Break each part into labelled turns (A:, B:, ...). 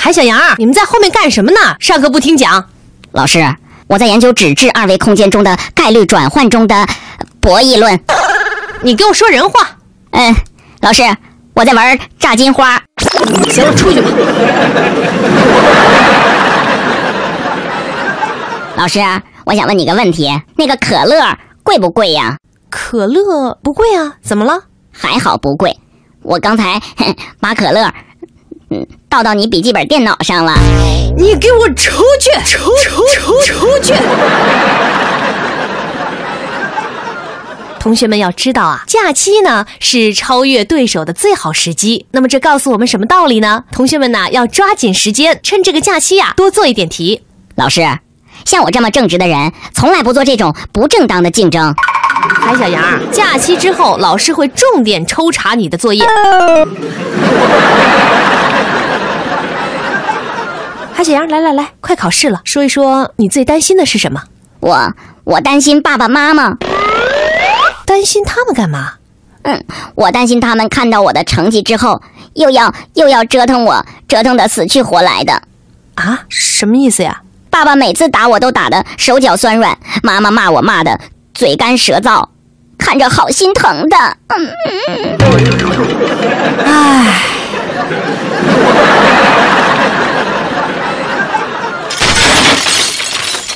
A: 韩小杨，啊你们在后面干什么呢？上课不听讲。
B: 老师，我在研究纸质二维空间中的概率转换中的博弈论。
A: 你给我说人话。
B: 嗯，老师，我在玩炸金花。
A: 行了，出去吧。
B: 老师，我想问你个问题：那个可乐贵不贵呀？
A: 可乐不贵啊，怎么了？
B: 还好不贵。我刚才 把可乐，嗯，倒到你笔记本电脑上了。
A: 你给我出去！出出出出去！ 同学们要知道啊，假期呢是超越对手的最好时机。那么这告诉我们什么道理呢？同学们呢要抓紧时间，趁这个假期呀、多做一点题。
B: 老师，像我这么正直的人，从来不做这种不正当的竞争。
A: 韩小杨，哎假期之后老师会重点抽查你的作 业。韩小杨，来来来，快考试了，说一说你最担心的是什么？
B: 我我担心爸爸妈妈，
A: 担心他们干嘛？
B: 嗯，我担心他们看到我的成绩之后，又要又要折腾我，折腾的死去活来的。
A: 啊？什么意思呀？
B: 爸爸每次打我都打得手脚酸软，妈妈骂我骂的嘴干舌燥，看着好心疼的。嗯嗯
A: 嗯。唉。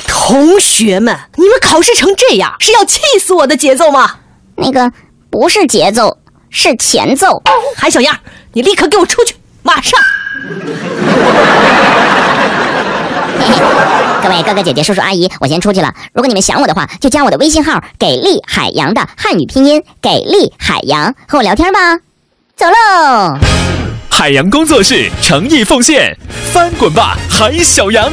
A: 同学们，你们考试成这样，是要气死我的节奏吗？
B: 那个不是节奏，是前奏。
A: 韩小样，你立刻给我出去，马上！
B: 各位哥哥姐姐、叔叔阿姨，我先出去了。如果你们想我的话，就加我的微信号“给力海洋”的汉语拼音“给力海洋”，和我聊天吧。走喽！
C: 海洋工作室诚意奉献，翻滚吧，海小羊！